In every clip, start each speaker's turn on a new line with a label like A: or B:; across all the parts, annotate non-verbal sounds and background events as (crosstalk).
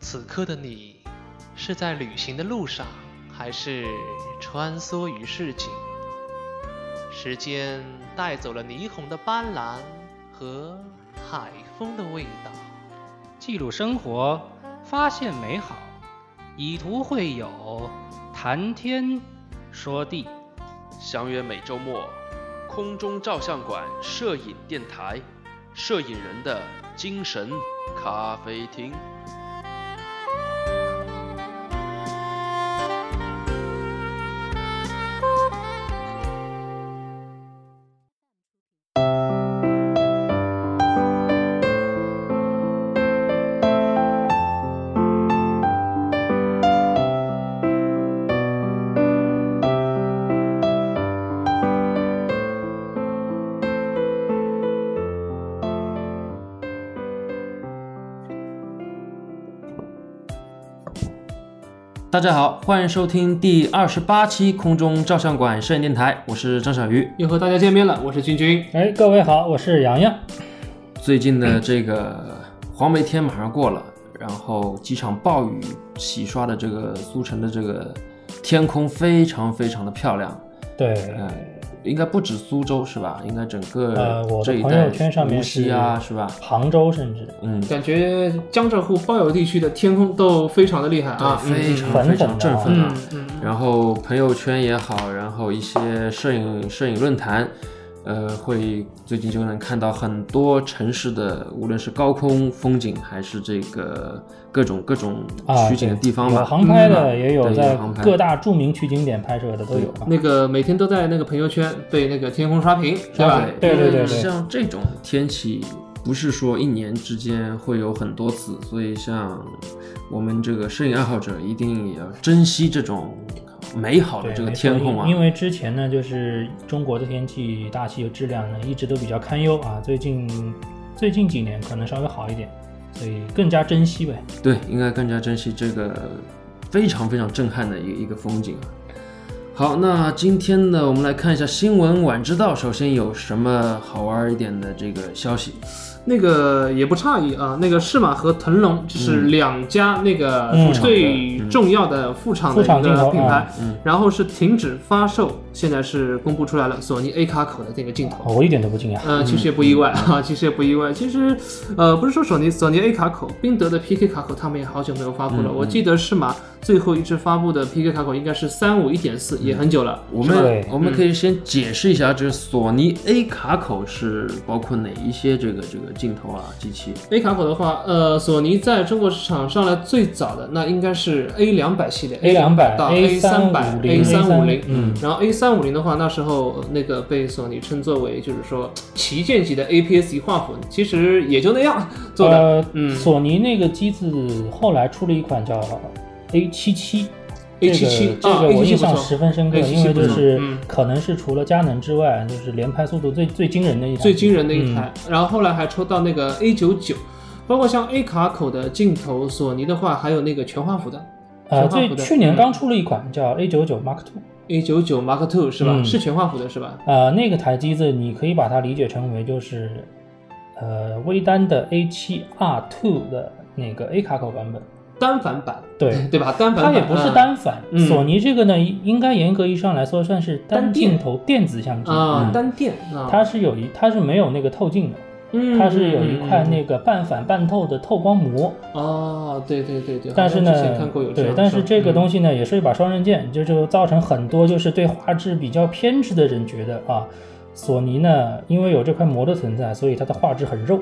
A: 此刻的你是在旅行的路上，还是穿梭于市井？时间带走了霓虹的斑斓和海风的味道。
B: 记录生活，发现美好，以图会友，谈天说地。
C: 相约每周末，空中照相馆摄影电台，摄影人的精神咖啡厅。
D: 大家好，欢迎收听第二十八期空中照相馆摄影电台，我是张小鱼。
E: 又和大家见面了，我是君君。
F: 哎，各位好，我是洋洋。
D: 最近的这个黄梅天马上过了，然后几场暴雨洗刷的这个苏城的这个天空非常非常的漂亮。
F: 对，
D: 嗯、应该不止苏州是吧？应该整
F: 呃，
D: 个
F: 我
D: 这
F: 的
D: 一
F: 朋
D: 带
F: 友圈上
D: 无
F: 面
D: 锡
F: 是
D: 啊，是吧？
F: 杭州甚至
D: 嗯，
E: 感觉江浙沪包邮地区的天空都非常的厉害
D: 对，
E: 啊。
D: 非常
F: 粉
D: 非
F: 粉
D: 常
F: 的
D: 振
F: 啊
D: 奋啊
E: 嗯！嗯，
D: 然后朋友圈也好，然后一些摄影摄影论坛，呃，会最近就能看到很多城市的，无论是高空风景，还是这个各种各种
F: 啊，
D: 取景的
F: 对
D: 地方
F: 有
D: 吧。嗯
F: 航拍的，也有
D: 对有
F: 在
D: 航拍
F: 各大著名取景点拍摄的都有啊嘛。
E: 那个每天都在那个朋友圈被那个天空刷屏，啊对吧？
D: 对
F: 啊对对
D: 因为
F: 对对
D: 像这种天气。不是说一年之间会有很多次，所以像我们这个摄影爱好者一定也要珍惜这种美好的
F: 对，
D: 这个
F: 没错
D: 天空啊！
F: 因因为之前呢，就是中国的天气大气质量呢一直都比较堪忧啊，最近最近几年可能稍微好一点，所以更加珍惜呗。
D: 对，应该更加珍惜这个非常非常震撼的一个一个风景啊。好，那今天呢，我们来看一下新闻晚知道，首先有什么好玩一点的这个消息？
E: 那个也不诧异啊。那个适马和腾龙这
D: 嗯
E: 是两家那个
F: 嗯
E: 最重要的副厂的
F: 副厂
E: 一
F: 镜
E: 个
F: 头
E: 品牌
D: 嗯嗯，
E: 然后是停止发售，现在是公布出来了索尼 A 卡口的这个镜头。
F: 哦我一点都不惊讶。
E: 呃，其实也不意外
D: 嗯
E: 啊，其实也不意外。其实，呃，不是说索尼索尼 A 卡口，宾得的 PK 卡口他们也好久没有发布了。
D: 嗯嗯
E: 我记得适马最后一支发布的 PK 卡口应该是三五一点四，也很久了。
D: 我
E: 是吧
D: 们
F: 对
D: 我们可以先解释一下，这索尼 A 卡口是包括哪一些这个这个镜头啊机器？
E: A 卡口的话，呃，索尼在中国市场上来最早的那应该是 A 两百系列
F: A 两百、
E: 到
F: A
E: 三百
F: 百、、
E: A 三五零。
F: 嗯，
E: 然后 A 三五零的话，那时候呃那个被索尼称作为就是说旗舰级的 APS-C 画幅，其实也就那样做的。
F: 呃，
E: 嗯
F: 索尼那个机子后来出了一款叫 A 七七。
E: A77
F: 这
E: 啊
F: 个我
E: A77
F: 印
E: 不
F: 象
E: 错
F: 十分深刻，
E: A77
F: 因为就
E: 不错
F: 是
E: 嗯
F: 可能是除了佳能之外，就是连拍速度最最惊人的一台
E: 最惊人的一台。
F: 嗯
E: 然后后来还抽到那个 A 九九，包括像 A 卡口的镜头，索尼的话还有那个全画幅的
F: 呃，
E: 全画幅
F: 最
E: 的
F: 去年
E: 嗯
F: 刚出了一款叫 A 九九 Mark Two，
E: A 九九 Mark Two 是吧？
F: 嗯
E: 是全画幅的是吧？
F: 呃，那个台机子你可以把它理解成为就是，呃，微单的 A 7 R Two 的那个 A 卡口版本，
E: 单反版
F: 对。
E: 对吧？单反
F: 它
E: 版
F: 也不是
E: 嗯
F: 单反，
E: 嗯
F: 索尼这个呢，应应该严格意义上来说算是
E: 单
F: 单
E: 电
F: 镜头电子相机，
E: 啊，
D: 嗯
E: 单电啊，
F: 它是有一它是没有那个透镜的，
E: 嗯
F: 它是有一块
E: 嗯嗯
F: 那个半反半透的透光膜，
E: 嗯哦，对对对对，
F: 但是呢
E: 好像之前看过有，这
F: 对
E: 样，
F: 但是这个
E: 西
F: 东西呢，也是一把双刃剑，就就造成很多就是对画质比较偏执的人觉得啊，索尼呢，因为有这块膜的存在，所以它的画质很肉。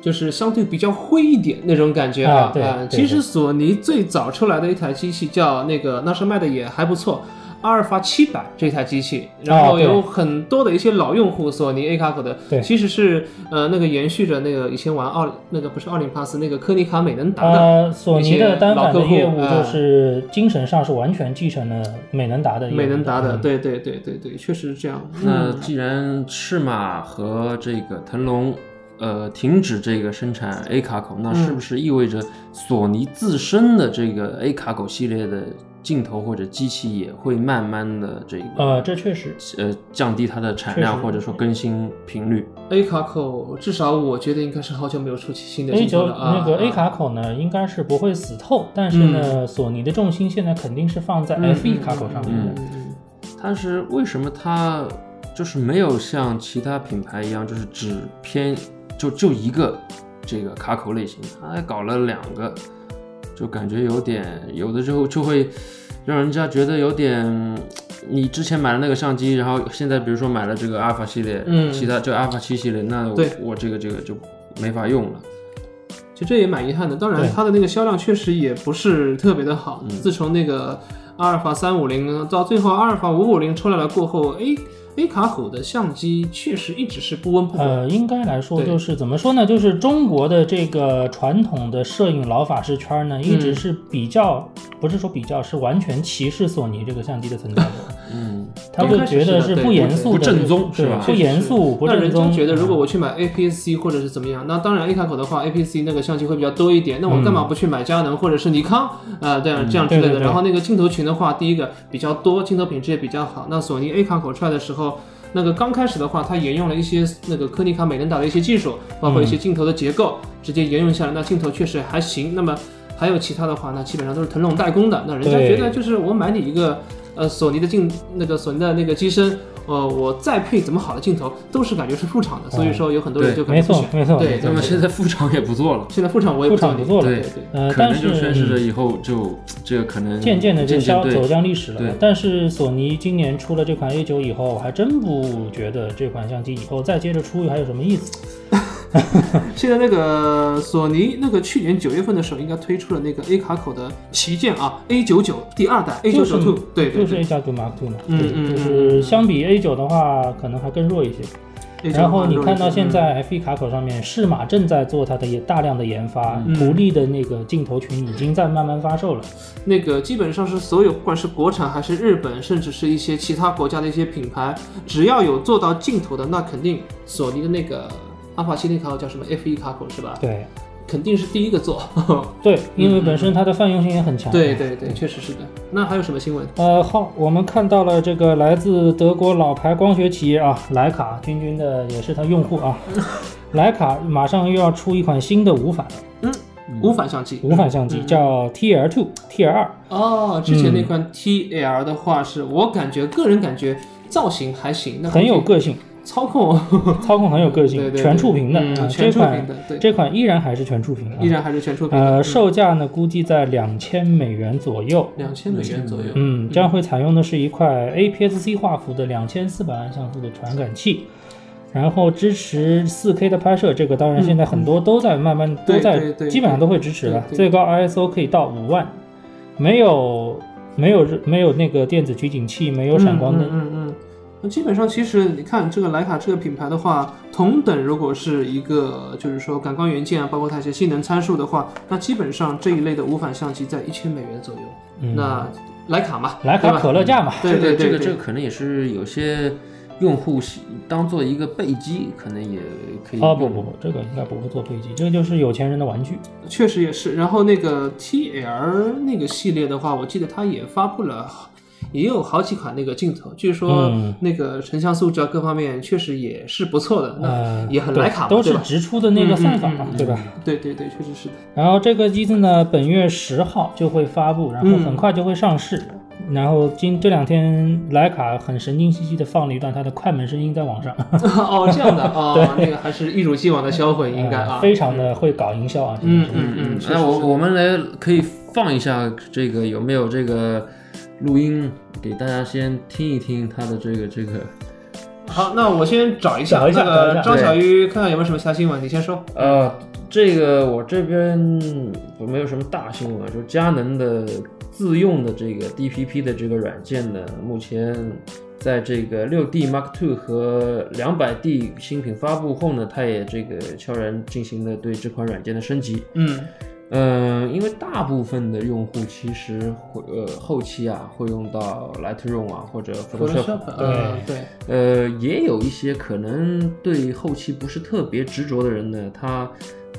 E: 就是相对比较灰一点那种感觉
F: 啊对对
E: 其实
F: 对
E: 索尼最早出来的一台机器叫那个那时候卖的也还不错。阿尔法七百这台机器，然后
F: 哦对
E: 有很多的一些老用户，索尼 A 卡口的，
F: 对
E: 其实是呃那个延续着那个以前玩奥那个不是奥林帕斯那个科尼卡美能达的，
F: 呃，索尼的单反的业务
E: 一些老客户啊呃
F: 就是精神上是完全继承了美能达的业务
E: 美能达的，
F: 嗯
E: 对对对对对，确实是这样。嗯
D: 那既然赤马和这个腾龙，呃，停止这个生产 A 卡口，那
E: 嗯
D: 是不是意味着索尼自身的这个 A 卡口系列的镜头或者机器也会慢慢的这个
F: 呃，这确实
D: 呃降低它的产
F: 确
D: 量
F: 实
D: 或者说更新频率。
E: A 卡口，至少我觉得应该是好久没有出新的
F: A
E: 镜头
F: 九
E: 了啊。
F: 那个 A
E: 啊
F: 卡口呢，应该是不会死透，但是呢，索尼的重心现在肯定是放在 F 1卡口上面的。
E: 嗯嗯
D: 但是为什么它就是没有像其他品牌一样，就是只偏就就一个这个卡口类型，它还搞了两个，就感觉有点有的时候就会让人家觉得有点。你之前买了那个相机，然后现在比如说买了这个阿尔法系列，
E: 嗯
D: 其他就阿尔法七系列，那我
E: 对
D: 我这个这个就没法用了。
E: 其实这也蛮遗憾的。当然
F: 对，
E: 它的那个销量确实也不是特别的好。自从那个阿尔法三五零到最后阿尔法五五零出来了过后，A A 卡口的相机确实一直是不温不火。
F: 呃，应该来说
E: 嗯对
F: 就是怎么说呢？就是中国的这个传统的摄影老法式圈呢，一直
E: 嗯
F: 是比较，不是说比较，是完全歧视索尼这个相机的
E: (laughs)
F: 存在的。
D: 嗯，
F: 他会觉得是不严肃的、
D: 不正宗
F: 对
D: 是吧
F: 不严肃、不
E: 那
F: 正
E: 人家
F: 宗。
E: 觉得，如果
F: 嗯
E: 我去买 APS-C 或者是怎么样，那当然 A 卡口的话，APS-C 那个相机会比较多一点。那我干嘛不去买佳能或者是尼康啊、呃这样这样之类的。
F: 嗯对对对
E: 然后那个镜头群的话，第一个比较多，镜头品质也比较好。那索尼 A 卡口出来的时候，那个刚开始的话，它沿用了一些那个柯尼卡、美能达的一些技术，包括一些
F: 嗯
E: 镜头的结构，直接沿用下来。那镜头确实还行。那么还有其他的话，那基本上都是腾龙代工的。那人家
F: 对
E: 觉得就是我买你一个呃索尼的镜，那个索尼的那个机身，呃，我再配怎么好的镜头，都是感觉是副厂的。所以说有很多人就感
F: 哦没
E: 觉不
F: 错
E: 选。
F: 没错，
E: 对
F: 没错
D: 那么现在副厂也不做了，
E: 现在副厂我也
F: 副
E: 不知道
F: 厂不
E: 你
F: 做了。
E: 对对，
F: 呃，
D: 可
F: 但
D: 能
F: 是
D: 就宣示
F: 嗯
D: 着以后就这个可能
F: 渐渐的就消
D: 对
F: 走向历史了
D: 对。
F: 但是索尼今年出了这款 A 9以后，我还真不觉得这款相机以后再接着出还有什么意思。
E: 现在那个索尼那个去年九月份的时候，应该推出了那个 A 卡口的旗舰啊，A 九九第二代 A 九
F: 就是
E: 九 Two，对对
F: 就是
E: 对
F: A 9 Mark II 嘛，
E: 嗯
F: 对
E: 嗯
F: 就是
E: 嗯
F: 相比 A 9的话，可能还更弱一些。
E: A9
F: 然后你看到
E: 嗯
F: 现在 F E 1卡口上面，适马正在做它的也大量的研发，
E: 嗯
F: 图例的那个镜头群已经在慢慢发售了。
E: 那个基本上是所有，不管是国产还是日本，甚至是一些其他国家的一些品牌，只要有做到镜头的，那肯定索尼的那个阿帕奇那卡口叫什么 F 1卡口是吧？
F: 对
E: 肯定是第一个做。
F: 对，因为本身它的泛用性也很强。
E: 对对对，确实是的。那还有什么新闻？
F: 呃，好，我们看到了这个来自德国老牌光学企业啊，徕卡，君君的也是它用户
E: (laughs)
F: 啊。徕卡马上又要出一款新的无反
E: 无反相机。
F: 嗯无反相
E: 嗯
F: 机，叫 TL Two TL 二。
E: 哦，之前那
F: 嗯
E: 款 TL 的话是，我感觉个人感觉造型还行，那
F: 很有个
E: (laughs)
F: 性，
E: 操控，
F: 操控很有个
E: (laughs)
F: 性，
E: 对对对
F: 全触屏的、
E: 嗯
F: 啊。
E: 全
F: 这
E: 触屏
F: 款
E: 的，对，
F: 这款依然还是全触屏啊。
E: 依然还是全触屏的。
F: 呃，
E: 嗯
F: 售价呢估计在两千美元左右。
E: 两千美元左右。
F: 嗯，将会采用的是一块 APS-C 画幅的两千四百万像素的传感器，然后支持 4K 的拍摄。这个当然现在很多都在慢慢都
E: 对
F: 在
E: 对，对
F: 基本上都会支持了，
E: 对对
F: 最高 ISO 可以到五万，没有没有没有那个电子取景器，没有闪光
E: 嗯
F: 灯。
E: 嗯嗯嗯那基本上，其实你看这个徕卡这个品牌的话，同等如果是一个就是说感光元件啊，包括它一些性能参数的话，那基本上这一类的无反相机在一千美元左右。
F: 嗯，
E: 那徕卡嘛，
F: 徕
E: 对
F: 卡
E: 吧
F: 可乐价嘛，
E: 对对
D: 这
E: 对
D: 个
E: 对，
D: 这个可能也是有些用户喜当做一个备机，可能也可以
F: 哦
D: 用
F: 不不不，这个应该不会做配机，这个就是有钱人的玩具。
E: 确实也是。然后那个 TL 那个系列的话，我记得它也发布了，也有好几款那个镜头，据说
F: 嗯
E: 那个成像素质啊各方面确实也是不错的，
F: 呃，
E: 那也很
F: 对
E: 徕卡嘛，
F: 都
E: 对
F: 是
E: 吧？
F: 直出的那个算法嘛，
E: 嗯嗯嗯
F: 对吧？
E: 对对对，确实是的。 (laughs)
F: 然后这个机子呢，本月十号就会发布，然后
E: 嗯
F: 很快就会上市。然后今这两天，徕卡很神经兮兮的放了一段它的快门声音在网上，
E: 哦，这样的哦，那个还是一如既往的销毁，应该
F: (laughs)
E: 啊，
F: 呃非常的会搞营销啊。
E: 嗯
F: 真的是
E: 嗯嗯，
D: 那
E: 是
D: 我我们来可以放一下这个有没有这个录音，给大家先听一听它的这个这个。
E: 是好，那我先找一下
F: 找一下
E: 那个
F: 找一下
E: 张小鱼，看看有没有什么其他新闻，你先说。
D: 呃，这个我这边我没有什么大新闻啊，就佳能的自用的这个 DPP 的这个软件呢，目前在这个六 D Mark Two 和两百 D 新品发布后呢，它也这个悄然进行了对这款软件的升级。
E: 嗯
D: 嗯，因为大部分的用户其实会呃后期啊会用到 Lightroom 啊或者 Photoshop，
E: Photoshop，呃，对，
D: 呃，也有一些可能对后期不是特别执着的人呢，他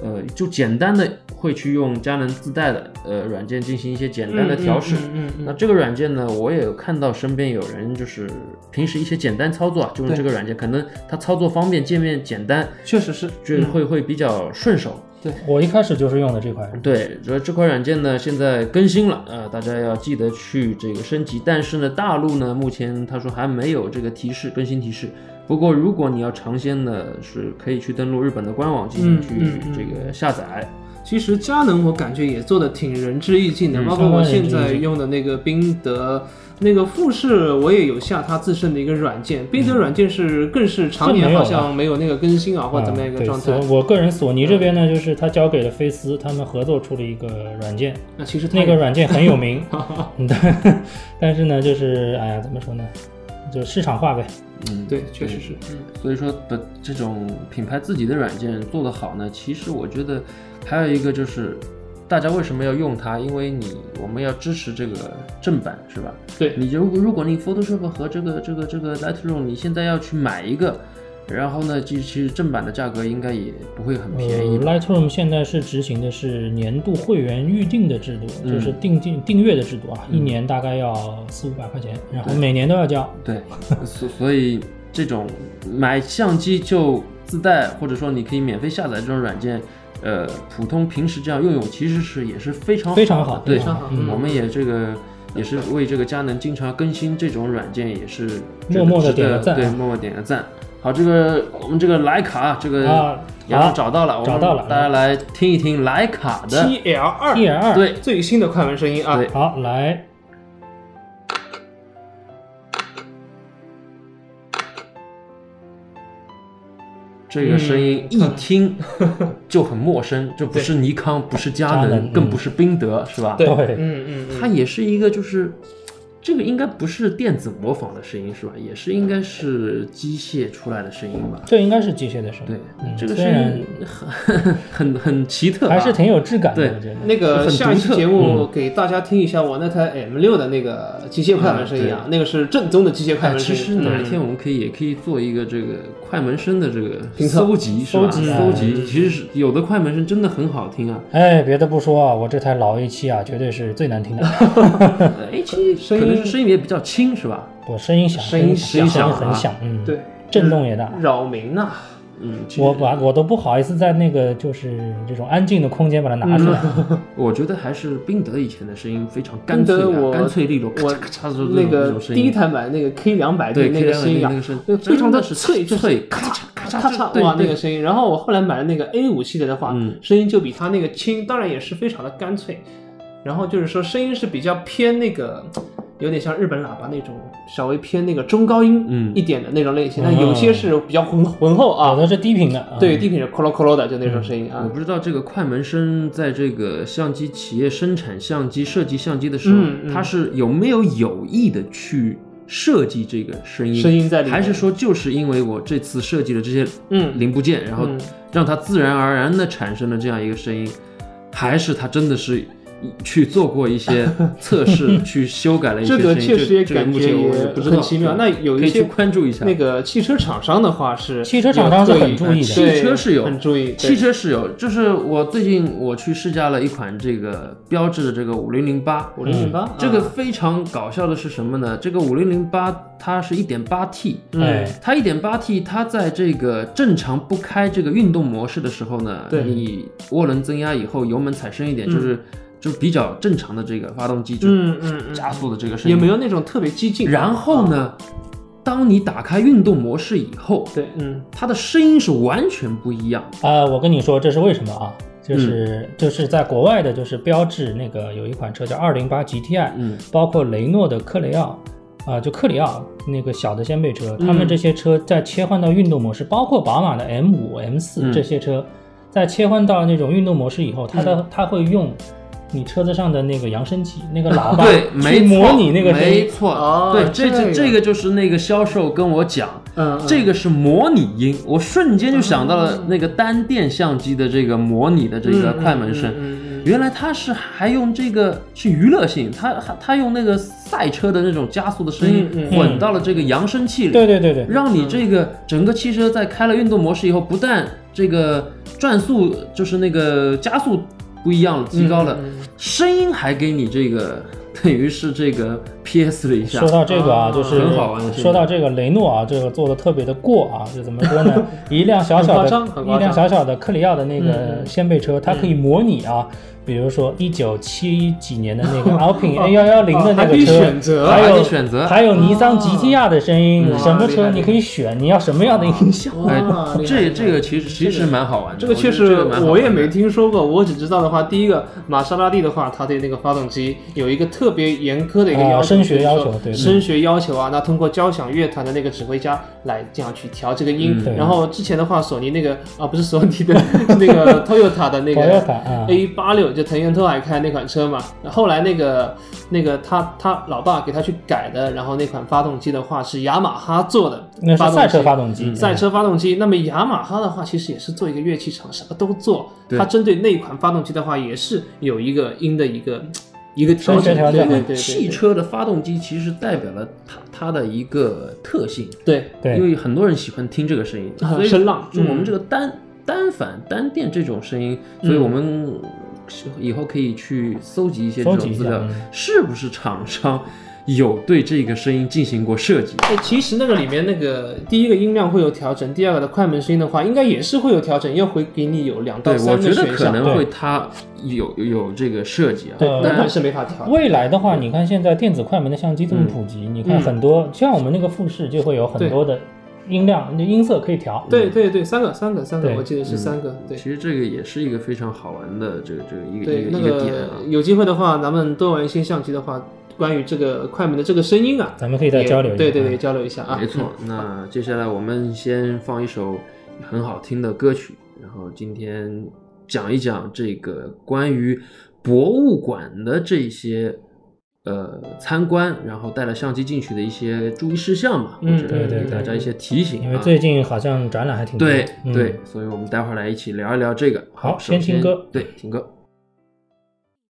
D: 呃就简单的会去用佳能自带的呃软件进行一些简单的调
E: 嗯
D: 试。
E: 嗯嗯嗯
D: 那这个软件呢，我也有看到身边有人就是平时一些简单操作啊，就用
E: 对
D: 这个软件，可能它操作方便，界面简单，
E: 确实是，
D: 就会会比较顺手。
F: 我一开始就是用的这款，
D: 对，这这款软件呢，现在更新了，呃，大家要记得去这个升级。但是呢，大陆呢，目前他说还没有这个提示更新提示。不过，如果你要尝鲜呢，是可以去登录日本的官网进行
E: 嗯
D: 去
E: 嗯嗯
D: 这个下载。
E: 其实佳能我感觉也做的挺仁至义尽的，
D: 嗯
E: 包括我现
F: 相当仁
E: 在
F: 至义尽
E: 用的那个宾得那个富士，我也有下它自身的一个软
F: 嗯
E: 件，宾得软件是更是常
F: 这
E: 年
F: 没有
E: 好
F: 了
E: 像没有那个更新啊，或者怎么样一个
F: 对
E: 状态。嗯
F: 索我个人索尼这边呢，就是他交给了菲斯，他们合作出了一个软件，
E: 那其实它
F: 那个
E: 也
F: 软件很有名，但 (laughs) 但是呢，就是哎呀，怎么说呢，就市场化呗。
E: (laughs)
D: 嗯，
E: 对，确实是，嗯
D: 所以说的这种品牌自己的软件做得好呢，其实我觉得还有一个就是，大家为什么要用它？因为你我们要支持这个正版，是吧？
E: 对
D: 你如果如果你 Photoshop 和这个这个这个 Lightroom，你现在要去买一个，然后呢，其实正版的价格应该也不会很
F: 呃
D: 便宜吧。
F: Lightroom 现在是执行的是年度会员预定的制度，
D: 嗯
F: 就是订订订阅的制度啊，
D: 嗯
F: 一年大概要四五百块钱，然后
D: 对
F: 每年都要交。
D: 对，所所以这种买相机就自带，或者说你可以免费下载这种软件，呃，普通平时这样用用，其实是也是非常
F: 非常
D: 好
F: 好
D: 的，对，
E: 非常好
F: 嗯
D: 我们也这个也是为这个佳能经常更新这种软件，也是
F: 默默地
D: 值得
F: 点个赞啊
D: 对，默默点个赞。好，这个我们这个徕卡这个
F: 啊
D: 杨
F: 好
D: 总呃找到了，我们
F: 找到了嗯
D: 大家来听一听徕卡的，
E: ，T L 二
F: T 二
D: 对
E: 最新的快门声音啊，
D: 对
F: 好来，
D: 这个声
F: 嗯
D: 音一
F: (laughs)
D: 听就很陌生，这不是尼康，不是佳
F: 佳
D: 能，
F: 能
D: 更
F: 嗯
D: 不是宾得，是吧？
E: 对，
F: 对
E: 嗯嗯嗯，
D: 它也是一个就是。这个应该不是电子模仿的声音是吧？也是应该是机械出来的声音吧？
F: 这应该是机械的声
D: 对
F: 音，，嗯
D: 这个
F: 虽
D: 声
F: 然
D: 音很 (laughs) 很很奇特啊，
F: 还是挺有质感的，
D: 对
F: 我觉得。
E: 那个
D: 很
E: 下一期
D: 独特
E: 节目给大家听一下我那台 M 六的那个机械快门声音啊，
F: 嗯
E: 那个是正宗的机械快
D: 哎。
E: 门
D: 其
E: 声音。
D: 实哪一天
E: 嗯
D: 我们可以也可以做一个这个快门声的这个
E: 评测
D: 搜集是吧？
F: 搜集
D: 搜集，
E: 嗯
D: 其实是有的快门声真的很好听啊。
F: 哎，别的不说啊，我这台老 A 7啊，绝对是最难
D: (laughs)
F: 听的。
D: 哎，其实可能是声音也比较轻是吧？
F: 我声音响，
E: 声音
F: 声音
E: 响
F: 响
E: 啊
F: 很响，嗯，
E: 对，
F: 震动也大。
E: 扰民呐，
D: 嗯，其实
F: 我把我都不好意思在那个就是这种安静的空间把它拿出来。 (laughs)
D: 我觉得还是宾得以前的声音非常干
E: 跟
D: 脆
E: 得
D: 啊，
E: 我
D: 干脆利落，咔
E: 我
D: 嚓咔嚓的
E: 那
D: 这
E: 个
D: 种声
E: 第
D: 音
E: 一台买那个 K 两百
D: 对
E: 那个
D: K200
E: 声音
D: 那
E: 啊
D: 个声，
E: 那非常的
D: 真的是
E: 脆，就是
D: 脆咔嚓咔嚓
E: 咔嚓
D: 对
E: 哇那
D: 对
E: 个声音。然后我后来买了那个 A 五系列的话
D: 嗯，
E: 声音就比它那个轻，当然也是非常的干脆。然后就是说声音是比较偏那个，有点像日本喇叭那种，稍微偏那个中高音
D: 嗯哦
E: 一点的那种类型。但有些是比较浑浑厚啊
F: 有，的是低频的，
E: 对，
F: 嗯
E: 地平是咯咯咯咯的，就那种声音
D: 嗯我
E: 啊。
D: 不知道这个快门声在这个相机企业生产相机、设计相机的时候，
E: 嗯嗯
D: 它是有没有有意的去设计这个声音？
E: 声音在里面
D: 还是说就是因为我这次设计了这些
E: 嗯
D: 零部件，然后
E: 嗯
D: 让它自然而然的产生了这样一个声音，还是它真的是？去做过一些
E: (laughs)
D: 测试，去修改了一些
E: 这
D: 声音。
E: 个确实也
D: 这个
E: 感
D: 目
E: 觉
D: 前我也
E: 也
D: 不知道
E: 很奇妙。那
D: 对
E: 有
D: 可
E: 一
D: 以
E: 些
D: 去关注一下
E: 那个汽车厂商的话是，
F: 汽车厂商是很注意的。
E: 对
D: 汽车是有
E: 很注意，对
D: 汽车是有，就是我最近我去试驾了一款这个标志的这个五零零八，
E: 五零零八
D: 嗯
E: 啊
D: 这个非常搞笑的是什么呢？这个五零零八它是一点八 T，
F: 哎，
D: 它一点八 T，它在这个正常不开这个运动模式的时候呢，
E: 对
D: 你涡轮增压以后，油门踩深一点，
E: 嗯
D: 就是就比较正常的这个发动机就
E: 嗯嗯嗯，
D: 加速的这个声
E: 也
D: 音，
E: 没有那种特别激进。
D: 然后呢，当你打开运动模式以后，
E: 对，嗯，
D: 它的声音是完全不一样的。
F: 啊，我跟你说，这是为什么啊？就是
D: 嗯
F: 就是在国外的，就是标致那个有一款车叫二零八 GTI，
D: 嗯
F: 包括雷诺的克雷奥，啊，就克里奥那个小的掀背车，
E: 嗯
F: 他们这些车在切换到运动模式，包括宝马的 M 五、M
D: 嗯
F: 四这些车，在切换到那种运动模式以后，它
D: 嗯
F: 的它会用你车子上的那个扬声器、那个喇叭
D: (laughs) 对，没
F: 去
D: 错，
F: 模拟那个声
D: 没
F: 音。
D: 错，
E: 哦
D: 对，这
E: 这
D: 这
E: 个
D: 这个就是那个销售跟我讲，
E: 嗯，
D: 这
E: 个
D: 个是模拟音，我瞬间就想到了那个单电相机的这个模拟的这个快门声。
E: 嗯嗯嗯嗯
D: 原来它是还用这个是娱乐性，它它它用那个赛车的那种加速的声音
E: 嗯嗯
D: 混到了这个扬声器里，
F: 对对对对，
D: 让你这个整个汽车在开了运动模式以后，不但这个转速就是那个加速不一样了，提高了，
E: 嗯
D: 声音还给你这个等于是这个 (laughs) PS 了一下
F: 说。到这个
E: 哦
F: 啊，就是
D: 很好玩这个
F: 说到这个雷诺啊，这个做的特别的过啊，就怎么
E: (laughs)
F: 说呢？一辆小小
E: 很夸
F: 的
E: 张很、夸张
F: 一辆小小的克里奥的那
E: 嗯
F: 个
E: 嗯
F: 掀背车，它可以模拟啊，比如说一九七几年的
E: (laughs)
F: 那个 Alpine A 幺幺零的那
E: 哦还可
F: 个
E: 以
F: 车
E: 选。择，哦
D: 还
F: 还
D: 有
F: 有
D: 选择，
F: 还有尼桑 GT-R 的声音，
D: 哇
F: 什么
E: 厉害
F: 车你可以选，你要什么样的音效？
D: 哎
E: 哇，厉害
D: 这这个其实其实蛮好玩的，
E: 这个确
D: 我觉
E: 实
D: 得这个蛮好玩的
E: 我也没听说过，我只知道的话，第一个玛莎拉蒂的话，它对那个发动机有一个特别严苛的一个
F: 啊
E: 要求，
F: 声学要
E: 就
F: 求
E: 是说
F: 对对
E: 声学要求啊，那通过交响乐团的那个指挥家来这样去调这个音
D: 嗯。
F: 对
E: 然后之前的话，索尼那个啊不是索尼的，是那个 Toyota 的那
F: 保
E: 个哎
F: 卡啊，
E: A 八六就藤原拓海开那款车嘛，后来那个那个他他老爸给他去改的，然后那款发动机的话是雅马哈做的，
F: 那是赛车
E: 发
F: 发
E: 动
F: 动
D: 嗯
F: 机嗯
E: 机，。赛车发动机。那么雅马哈的话，其实也是做一个乐器厂，什么都做。
D: 对
E: 它针对那款发动机的话，也是有一个音的一个一个调整，
F: 声学调
E: 对
F: 整
E: 对对，
D: 汽车的发动机其实代表了它它的一个特性，
E: 对
D: 因
F: 对，
D: 为很多人喜欢听这个声音，
E: 啊
D: 所以
E: 声浪
D: 就我们
E: 嗯
D: 这个单、单反单电这种声音，所以
E: 嗯
D: 我们以后可以去搜集一些这
F: 搜
D: 种
F: 集一
D: 资
F: 下
D: 料
F: 嗯，
D: 是不是厂商有对这个声音进行过设计？
E: 哎，其实那个里面那个第一个音量会有调整，第二个的快门声音的话，应该也是会有调整，又会给你有两到
D: 对，我
E: 三
D: 觉
E: 个
D: 得
E: 选
D: 可
E: 项，
D: 能
F: 对
D: 会它有有有这个设计啊，
F: 对
E: 那还是没法调。
F: 未来的话，你看现在电子快门的相机这么
D: 嗯
F: 普及，你看很多像我们那个富士就会有很多的音量、你的音色可以调。
E: 对对对，三个三个三个，
F: 对
E: 我记得是三个，对
D: 嗯其。实这个也是一个非常好玩的这个这个一个
E: 对
D: 一，个、
E: 那
D: 一个点
E: 个
D: 啊。
E: 有机会的话，咱们多玩一些象棋的话，关于这个快门的这个声音啊，
F: 咱们可以再
E: 也
F: 交流一下
E: 对对对，
F: 嗯
E: 交流一下啊。
D: 没错，那接下来我们先放一首很好听的歌曲，然后今天讲一讲这个关于博物馆的这些呃参观，然后带了相机进去的一些注意事项嘛，
E: 嗯
D: 或者
F: 对对
D: 给
F: 对
D: 大家一些提醒、啊。
F: 嗯因为最近好像展览还挺多。
D: 对
F: 嗯
D: 对，所以我们待会儿来一起聊一聊这个。
F: 好
D: 首先
F: 先听歌
D: 对，听歌。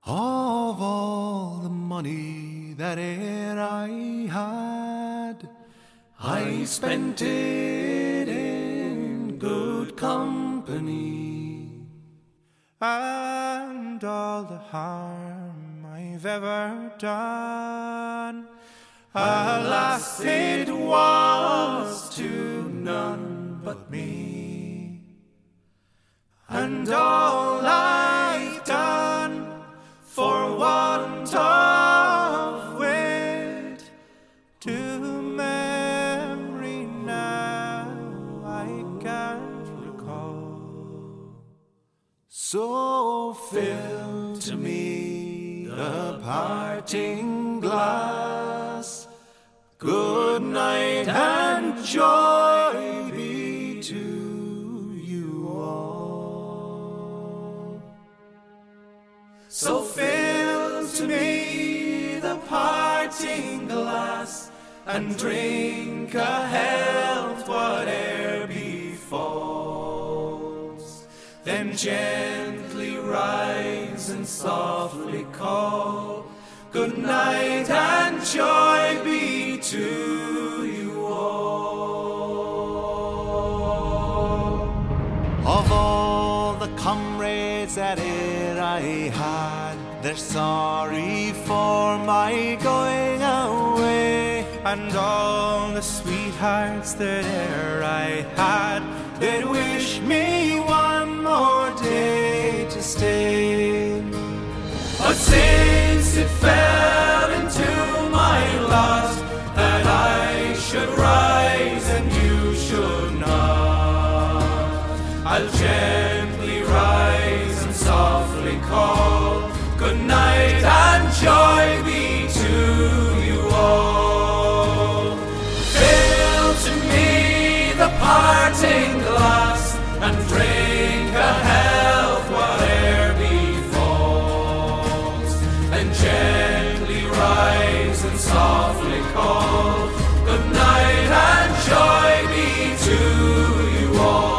G: Of all the money that e'er I had, I spent it in good company. And all the harm I've ever done, alas, it was to none but me. And all I've done for want of wit to memory now I can't recall. So fill to me the parting glass. Good night and joy be to you all. So fill to me the parting glass and drink a health whate'er befalls. Then gently rise and softly call. Good night and joy be to you all. Of all the comrades that e'er I had, they're sorry for my going away. And all the sweethearts that e'er I had, they'd wish me one more day to stay. But since it fell into my lot that I should rise and you should not, I'll gently rise and softly call. Good night and joy be to you all. Fill to me the parting glass and drink a health whate'er befalls. And gently rise and softly call. Good night and joy be to you all.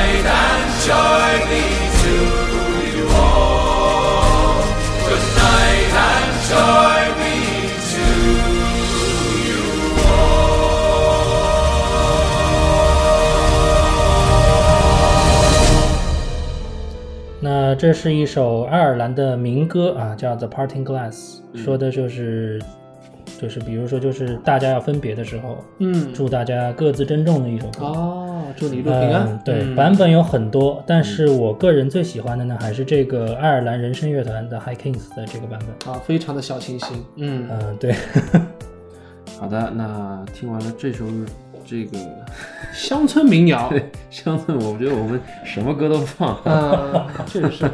G: joy be to you all. Good night and joy be to you.
F: 那这是一首爱尔兰的民歌啊，叫《The Parting Glass》，说
E: 嗯
F: 的就是，就是比如说就是大家要分别的时候，
E: 嗯，
F: 祝大家各自珍重的一首歌。
E: 哦，祝你一路平安
F: 嗯。对，
E: 嗯
F: 版本有很多，但是
D: 嗯
F: 我个人最喜欢的呢，还是这个爱尔兰人声乐团的 High Kings 的这个版本。
E: 啊，非常的小清新。嗯，
F: 嗯，
D: (laughs)
F: 对，
D: 好的，那听完了这首这个 (laughs)
E: 乡村民谣。 (laughs)
D: 乡村，我觉得我们什么歌都放。
E: 啊，确
F: (laughs)
E: 实，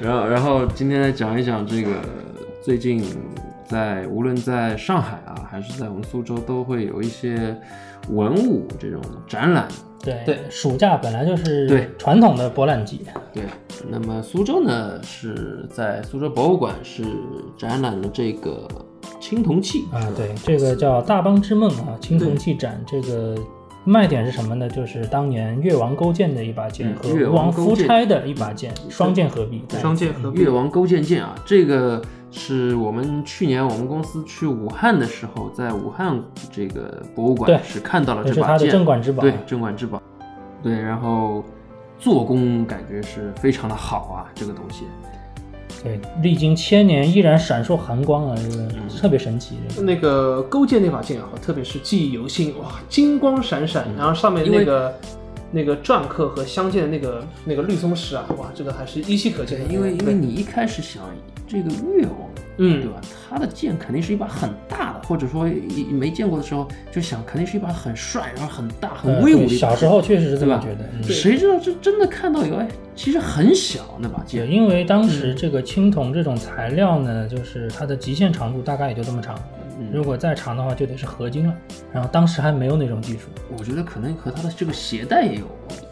D: 然后，然后今天来讲一讲这个最近在无论在上海啊，还是在我们苏州，都会有一些文物这种展览。
F: 对
E: 对
F: 暑假本来就是
D: 对
F: 传统的博览季，
D: 对，那么苏州呢是在苏州博物馆是展览了这个青铜器
F: 啊
D: 是吧，
F: 对，这个叫《大邦之梦》啊，青铜器展这个。卖点是什么呢？就是当年越王勾践的一把剑
D: 嗯
F: 和
D: 越
F: 吴
D: 王
F: 王夫
D: 勾践嗯
F: 差的一把剑，双剑合璧。对
E: 双剑合璧
D: 越。王勾践剑啊，这个是我们去年我们公司去武汉的时候，在武汉这个博物
F: 对
D: 馆是看到了
F: 也
D: 这
F: 是
D: 把
F: 他的
D: 剑，
F: 镇馆之宝。啊
D: 对镇馆之宝，对，然后做工感觉是非常的好啊，这个东西，
F: 对，历经千年依然闪烁寒光啊，这个
D: 嗯
F: 特别神奇。这个
E: 那个勾践那把剑啊，特别是记忆犹新，哇，金光闪闪，
F: 嗯
E: 然后上面那个那个篆刻和相间的那个那个绿松石啊，哇，这个还是依稀可见的。
D: 因为因
E: 对
D: 为你一开始想这个越王。
E: 嗯
D: 对吧？他的剑肯定是一把很大的，或者说一没见过的时候就想，肯定是一把很帅，然后很大、
E: 呃
D: 很威武的
F: 呃对
D: 一把
F: 小时候确实是这么觉
D: 对吧剑。
F: 得。嗯
D: 谁知道这真的看到以后，哎，其实很小那把
F: 对，
D: 剑，
F: 因为当
E: 嗯
F: 时这个青铜这种材料呢，就是它的极限长度大概也就这么长，
E: 嗯
D: 嗯
F: 如果再长的话就得是合金了。然后当时还没有那种技术，
D: 我觉得可能和它的这个携带也有，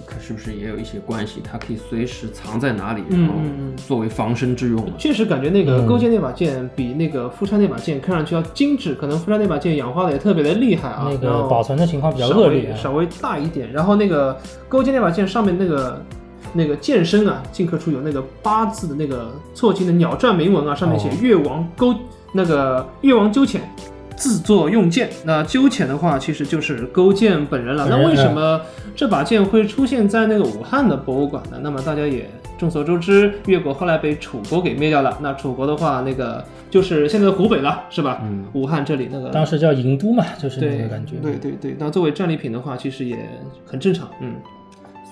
D: 可是不是也有一些关系？它可以随时藏在哪里，然后
E: 嗯嗯嗯
D: 作为防身之用嘛。
E: 确实感觉那个
F: 嗯
E: 勾践那把剑比那个夫差那把剑看上去要精致，可能夫差那把剑氧化的也特别的厉害啊，
F: 那
E: 然
F: 个
E: 后
F: 保存的情况比较
E: 稍
F: 恶
E: 微
F: 劣啊。
E: 稍微大一点。然后那个勾践那把剑上面那个那个剑身啊，进刻处有那个八字的那个错金的鸟篆铭文啊，上面写
F: 哦
E: 越王勾、那个越王鸠浅。自作用剑，那鸠浅的话其实就是勾践本人了。
F: 本
E: 那
F: 人
E: 为什么这把剑会出现在那个武汉的博物馆呢？那么大家也众所周知，越国后来被楚国给灭掉了。那楚国的话，那个就是现在的湖北了，是吧？
D: 嗯
E: 武汉这里那个
F: 当时叫银都嘛，就是
E: 对
F: 那个感觉。
E: 对对对，那作为战利品的话，其实也很正常。嗯，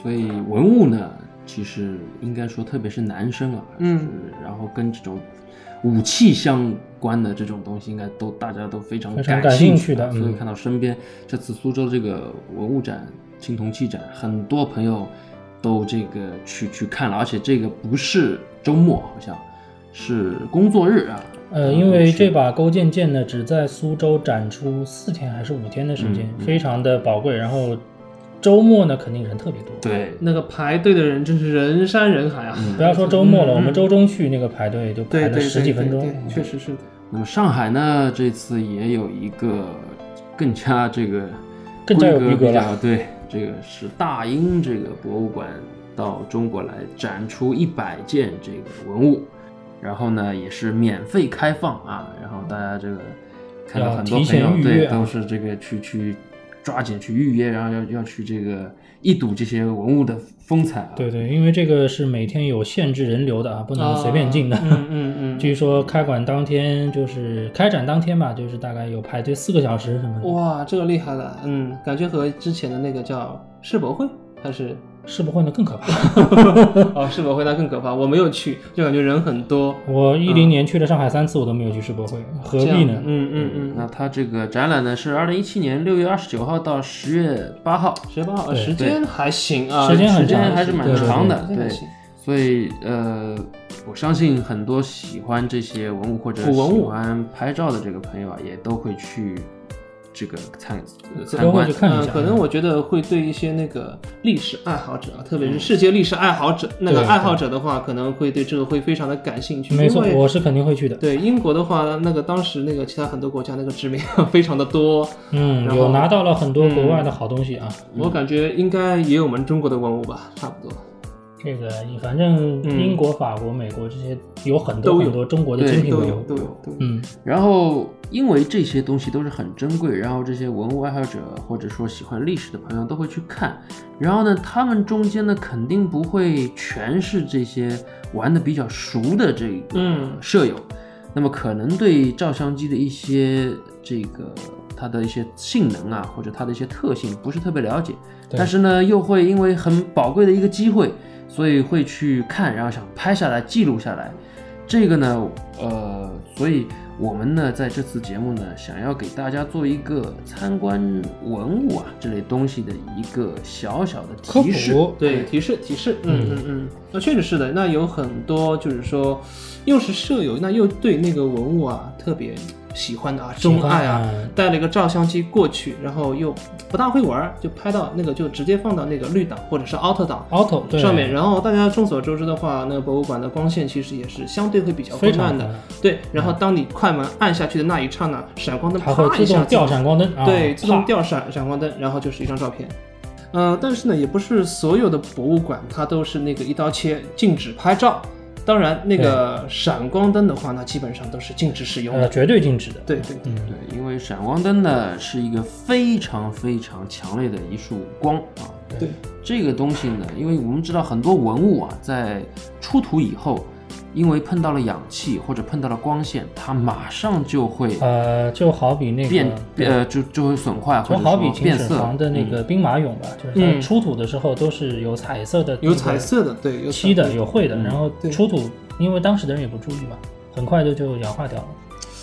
D: 所以文物呢，其实应该说，特别是男生啊，
E: 嗯
D: 就是，然后跟这种武器相关的这种东西，应该都大家都非常
F: 非常
D: 感
F: 感兴
D: 趣
F: 趣
D: 啊
F: 的
D: 所以
F: 嗯
D: 看到身边这次苏州这个文物展、青铜器展，很多朋友都这个去去看了，而且这个不是周末，好像是工作日啊。
F: 呃，
D: 嗯
F: 因为
D: 是
F: 这把勾践剑呢，只在苏州展出四天还是五天的时间，
D: 嗯嗯
F: 非常的宝贵。然后周末呢，肯定人特别多。
D: 对
E: 那个排队的人真是人山人海啊。
F: 不要说周末了，
E: 嗯嗯
F: 我们周中去那个排队就排
E: 对
F: 了
E: 对
F: 十几分钟嗯
E: 对，对对确实是的。
D: 那么上海呢，这次也有一个更加这个
F: 更加有逼格
D: 比
F: 了
D: 较对，这个是大英这个博物馆到中国来展出一百件这个文物，然后呢也是免费开放啊，然后大家这个看到
F: 要
D: 很多朋
F: 提前
D: 友、
F: 预约
D: 对
F: 啊
D: 都是这个去去抓紧去预约，然后要要去这个一睹这些文物的风采啊。
F: 对对，嗯因为这个是每天有限制人流的啊，不能随便进的。
E: 啊嗯嗯嗯。
F: (laughs) 据说开馆当天就是开展当天吧，就是大概有排队四个小时什么的。
E: 哇，这个厉害了。嗯，感觉和之前的那个叫世博会还
F: (laughs)
E: 是 (laughs)
F: 世博会呢更可怕。
E: 哦世博会那更可怕，我没有去，就感觉人很多。
F: 我一零年去了上海三次，我都没有去世博会，
E: 嗯
F: 何
E: 这
F: 必
E: 样
F: 呢？
E: 嗯嗯
D: 那
E: 嗯。
D: 它这个展览呢是二零一七年六月二十九号到十月八号，
E: 十八号
F: 对
E: 时间还行啊，
F: 时间很
D: 时间
F: 长
D: 还是蛮
F: 对对
D: 长的，
E: 对对对
D: 所以呃，我相信很多喜欢这些文物或者
E: 古文
D: 喜
E: 物
D: 欢拍照的这个朋友啊，也都会去这个参呃参
F: 都会
D: 观
F: 去。看一
E: 嗯，
F: 下。
E: 可能我觉得会对一些那个历史爱好者啊，特别是世界历史爱好者，那个
F: 嗯对
E: 爱好者的话，可能会对这个会非常的感兴趣。
F: 没
E: 嗯
F: 错
E: 因，为
F: 我是肯定会去的。
E: 对英国的话，那个当时那个其他很多国家那个殖民非常的多，
F: 嗯，
E: 然后嗯
F: 有拿到了很多国外的好东西啊。
E: 我感觉应该也有我们中国的文物吧，差不多。
F: 这个反正
E: 嗯
F: 英国、法国、美国这些有很多
E: 都有
F: 很多中国的精品
E: 都
F: 都
E: 有都有都有。
F: 嗯，
D: 然后，因为这些东西都是很珍贵，然后这些文物爱好者或者说喜欢历史的朋友都会去看。然后呢，他们中间呢肯定不会全是这些玩的比较熟的这个
E: 嗯
D: 舍友，那么可能对照相机的一些这个它的一些性能啊，或者它的一些特性不是特别了解，
F: 对
D: 但是呢又会因为很宝贵的一个机会，所以会去看，然后想拍下来记录下来。这个呢，呃，所以我们呢在这次节目呢，想要给大家做一个参观文物啊这类东西的一个小小的
F: 科
D: 提示。
F: 普
E: 对，提示提示，嗯嗯嗯，那确实是的。那有很多就是说，又是舍友，那又对那个文物啊特别喜欢的啊，钟爱啊，，
F: 嗯
E: 带了一个照相机过去，然后又不大会玩儿，就拍到那个就直接放到那个绿档或者是 auto 档
F: auto 对
E: 上面。然后大家众所周知的话，那个博物馆的光线其实也是相对会比较昏
F: 非常嗯
E: 暗的，对。然后当你快门按下去的那一刹那，闪光灯
F: 它会
E: 啪一
F: 自
E: 下
F: 动掉
E: 进
F: 闪光灯，啊
E: 对，自动
F: 啪
E: 掉闪闪光灯，然后就是一张照片。呃，但是呢，也不是所有的博物馆它都是那个一刀切，禁止拍照。当然，那个闪光灯的话，那基本上都是禁止使用
F: 呃，
E: 的。
F: 绝对禁止的。
E: 对对对，
F: 嗯，
D: 对，因为闪光灯呢是一个非常非常强烈的一束光啊。
E: 对，
D: 这个东西呢，因为我们知道很多文物啊，在出土以后，因为碰到了氧气或者碰到了光线，它马上就会
F: 呃，就好比那个
D: 变、
F: 对
D: 呃就就会损坏或
F: 就
D: 者
F: 好比
D: 说
F: 秦
D: 变
F: 始
D: 色
F: 皇的那
D: 嗯
F: 个兵马俑吧，就是在
E: 嗯
F: 出土的时候都是有彩色的，
E: 有彩色的，对，有彩
F: 漆的，
E: 色
F: 有绘的，
D: 嗯
F: 然后
E: 对
F: 出土，因为当时的人也不注意嘛，很快就就氧化掉了，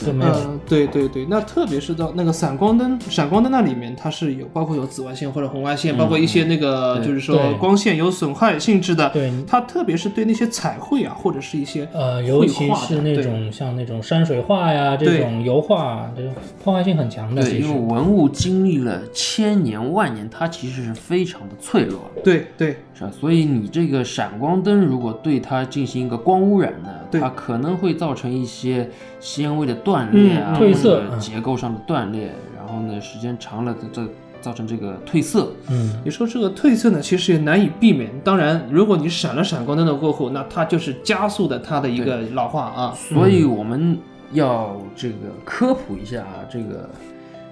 F: 就没有了。
E: 嗯，对对对，那特别是到那个闪光灯，闪光灯那里面它是有包括有紫外线或者红外线，包括一些那个
D: 对
E: 就是说
F: 嗯对
E: 光线有损害性质的，
F: 对
E: 它特别是对那些彩绘啊，或者是一些
F: 呃，尤
E: 绘
F: 其
E: 画的
F: 是那
E: 对
F: 种像那种山水画呀，这
E: 对
F: 种油画啊，这种破坏性很强的。
D: 对，
F: 其
D: 因
F: 实
D: 为文物经历了千年万年，它其实是非常的脆弱的。
E: 对对
D: 是吧？所以你这个闪光灯如果对它进行一个光污染呢，
E: 对
D: 它可能会造成一些纤维的断裂
E: 嗯
D: 啊，或
F: 褪嗯色
D: 者结构上的断裂，然后呢，时间长了这这造成这个褪色。
F: 嗯，
E: 你说这个褪色呢，其实也难以避免。当然，如果你闪了闪光灯的过后，那它就是加速的它的一个老化啊。
D: 所以我们要这个科普一下啊，这个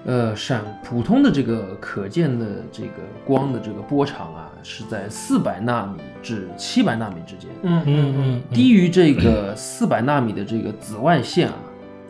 D: 呃闪普通的这个可见的这个光的这个波长啊，是在四百纳米至七百纳米之间。
E: 嗯
F: 嗯嗯，嗯
D: 低于这个四百纳米的这个紫外线啊，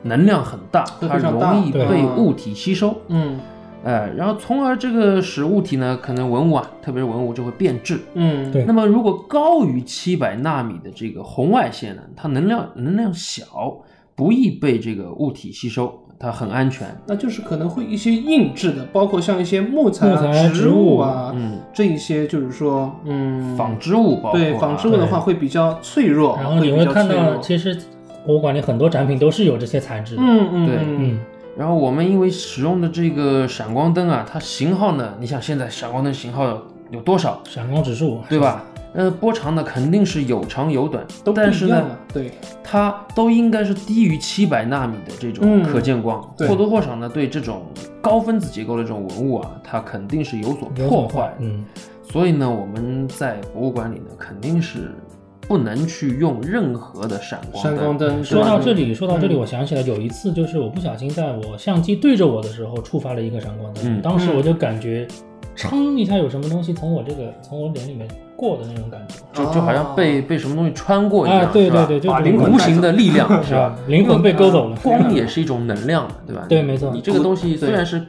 D: 能量很大，
E: 会
D: 它
E: 非常大
D: 容易
F: 对
D: 被物体吸收，
E: 嗯
D: 呃，然后从而这个使物体呢，可能文物啊，特别是文物就会变质。
E: 嗯，
F: 对
D: 那么如果高于七百纳米的这个红外线呢，它能量能量小，不易被这个物体吸收，它很安全。
E: 那就是可能会一些硬质的，包括像一些木材、
F: 木材
E: 啊、
F: 植
E: 植
F: 物
E: 物啊，
D: 嗯，
E: 这一些就是说，嗯，
D: 纺织物包括、啊、
E: 对纺织物的话会比较脆弱，
F: 然后你
E: 会比较
F: 看
E: 脆
F: 到，
E: 弱
F: 其实博物馆里很多展品都是有这些材质的。
E: 嗯嗯
D: 对
E: 嗯
F: 嗯，
D: 然后我们因为使用的这个闪光灯啊，它型号呢，你想现在闪光灯型号有多少？
F: 闪光指数
D: 对？吧？呃，波长呢肯定是有长有短，
E: 都不
D: 但是
E: 一样啊
D: 呢
E: 了，，对
D: 它都应该是低于七百纳米的这种
E: 嗯
D: 可见光，
E: 对
D: 或多或少呢对这种高分子结构的这种文物啊，它肯定是有所破
F: 有所
D: 坏。
F: 嗯，
D: 所以呢，我们在博物馆里呢，肯定是不能去用任何的闪光
E: 闪光灯。
F: 说到这
E: 里，
F: 里，说到这里，
E: 嗯
F: 我想起来有一次，就是我不小心在我相机对着我的时候触发了一个闪光灯，
D: 嗯
F: 当时我就感觉，噌一下有什么东西从我这个从我脸里面过的那种感觉，
D: 就就好像被、被什么东西穿过一样，
F: 啊对
D: 是吧
F: 对对就
D: 把
F: 这种
D: 无形的力量是
F: (laughs) 是
D: 吧
F: 吧？？灵魂被勾走了，
D: 光也是一种能量嘛，对吧？
F: 对没错
D: 你这个东西虽然是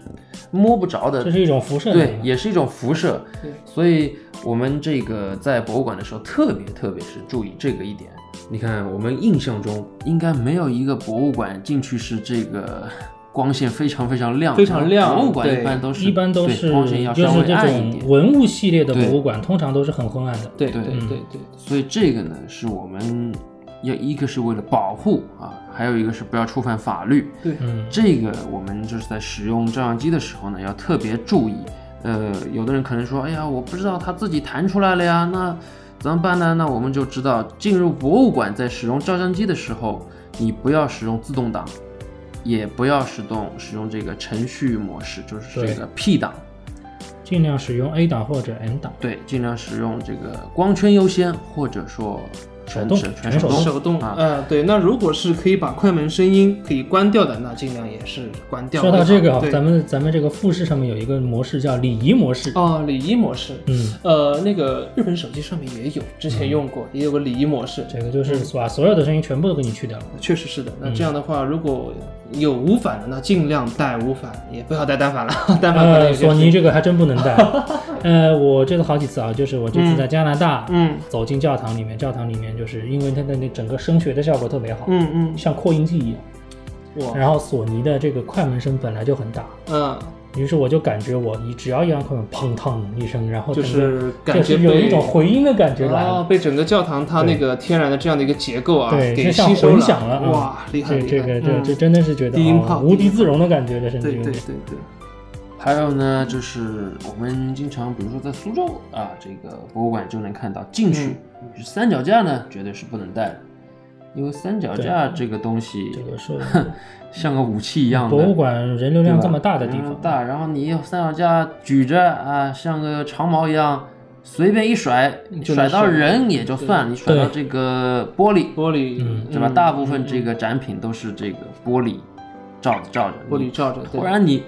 D: 摸不着的，
F: 这是一种辐射能
D: 对
F: 量，，
D: 也是一种辐射
E: 对。
D: 所以我们这个在博物馆的时候，特别特别是注意这个一点。你看，我们印象中应该没有一个博物馆进去是这个光线非常非常亮的，
E: 非常亮
D: 博物馆
E: 对
D: 一般都是
F: 一般都
D: 对
F: 是
D: 光线要
F: 就
D: 稍
F: 是
D: 微
F: 这
D: 暗一
F: 种
D: 点。
F: 文物系列的博
D: 对
F: 物馆，通常都是很昏暗的。
E: 对
D: 对
E: 对
F: 嗯
E: 对对对，
D: 所以这个呢，是我们要一个是为了保护啊，还有一个是不要触犯法律。
F: 嗯，
D: 这个我们就是在使用照相机的时候呢，要特别注意。呃，有的人可能说，哎呀，我不知道它自己弹出来了呀，那怎么办呢？那我们就知道，进入博物馆在使用照相机的时候，你不要使用自动挡，也不要使用使用这个程序模式，就是这个 P 档。
F: 尽量使用 A 档或者 N 档。
D: 对，尽量使用这个光圈优先，或者说全
F: 手动
D: 全
F: 全
D: 手
F: 手动
E: 手动，
D: 啊。
E: 呃，对。那如果是可以把快门声音可以关掉的，那尽量也是关掉。
F: 说到这个啊，
E: 对
F: 咱们咱们这个复试上面有一个模式叫礼仪模式。
E: 哦，礼仪模式，
F: 嗯，
E: 呃，那个日本手机上面也有，之前用过，也有个礼仪模式，
F: 这个就是把所有的声音全部都给你去掉了。
E: 确实是的。那这样的话，如果有无反的，那尽量带无反，也不要带单反了，
F: (laughs)
E: 单反可能有
F: 呃，
E: 些
F: 索尼
E: 是
F: 这个还真不能带。
E: (laughs)
F: 呃，我这次好几次啊，就是我这次在加拿大，
E: 嗯
F: 走进教堂里面，教堂里面就是因为它的那整个声学的效果特别好，
E: 嗯哦嗯，
F: 像扩音器一样。
E: 我
F: 然后索尼的这个快门声本来就很大，
E: 嗯，
F: 于是我就感觉我一只要一按快门，砰嘡一声，然后
E: 就
F: 整个
E: 是感觉
F: 就是
E: 被
F: 有一种回音的感觉来了。
E: 哦，被整个教堂它
F: 对
E: 那个天然的这样的一个结构啊，
F: 对
E: 给
F: 就像
E: 吸收
F: 混响了嗯
E: 哇，厉害
F: 这
E: 厉
F: 这
E: 害，
F: 个这这
E: 嗯
F: 真的是觉得
E: 低音
F: 啊
E: 炮
F: 无地自容的感觉，这甚至
E: 对
F: 有
E: 对
F: 点
E: 对。对，
D: 还有呢，就是我们经常，比如说在苏州啊，这个博物馆就能看到，进去、
F: 嗯
D: 是三脚架呢，绝对是不能带的，因为三脚架这个东
F: (laughs)
D: 西，
F: 这个是
E: (laughs)
D: 像个武器一样的。
F: 博物馆人流
D: 对吧
F: 量这么大的地
D: 人
E: 嗯
D: 流
F: 方，啊
D: 大，然后你三脚架举着啊，像个长矛一样，随便一甩，
E: 就
D: 甩
E: 能
D: 到
E: 甩
D: 人也就算，你甩到这个玻璃，
E: 玻璃
F: 嗯
D: 对吧？
E: 嗯
D: 大部分
E: 嗯
D: 这个展品都是这个玻璃罩着罩着，
E: 嗯玻璃罩着，对
D: 不然你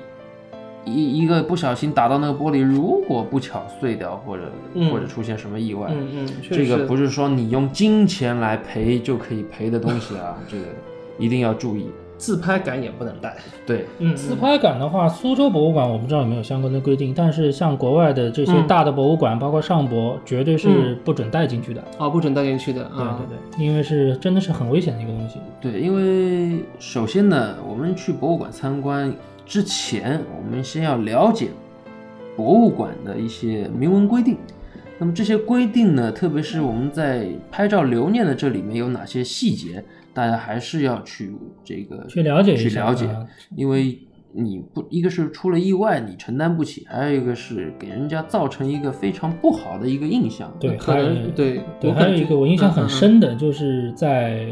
D: 一一个不小心打到那个玻璃，如果不巧碎掉或者、
E: 嗯
D: 或者出现什么意外，
E: 嗯嗯，确
D: 这
E: 实
D: 个不
E: 是
D: 是说你用金钱来赔就可以赔的东西啊，这个一定要注意。
E: 自拍杆也不能带，
D: 对，
E: 嗯，
F: 自拍杆的话，苏州博物馆我不知道有没有相关的规定，但是像国外的这些
E: 嗯
F: 大的博物馆，包括上博，绝对是
E: 嗯
F: 不准带进去的。
E: 哦，不准带进去的
F: 对
E: 啊
F: 对，对，因为是真的是很危险的一个东西。
D: 对，因为首先呢，我们去博物馆参观之前，我们先要了解博物馆的一些明文规定。那么这些规定呢，特别是我们在拍照留念的这里面有哪些细节，大家还是要去这个
F: 去了解一下
D: 去了解
F: 啊，
D: 因为你不一个是出了意外你承担不起，还有一个是给人家造成一个非常不好的一个印象。
F: 对，
E: 可
F: 还有
E: 能对，
F: 对，
E: 我
F: 还
E: 感
F: 有一
E: 觉
F: 个我印象很，
E: 嗯
F: 深的，就是在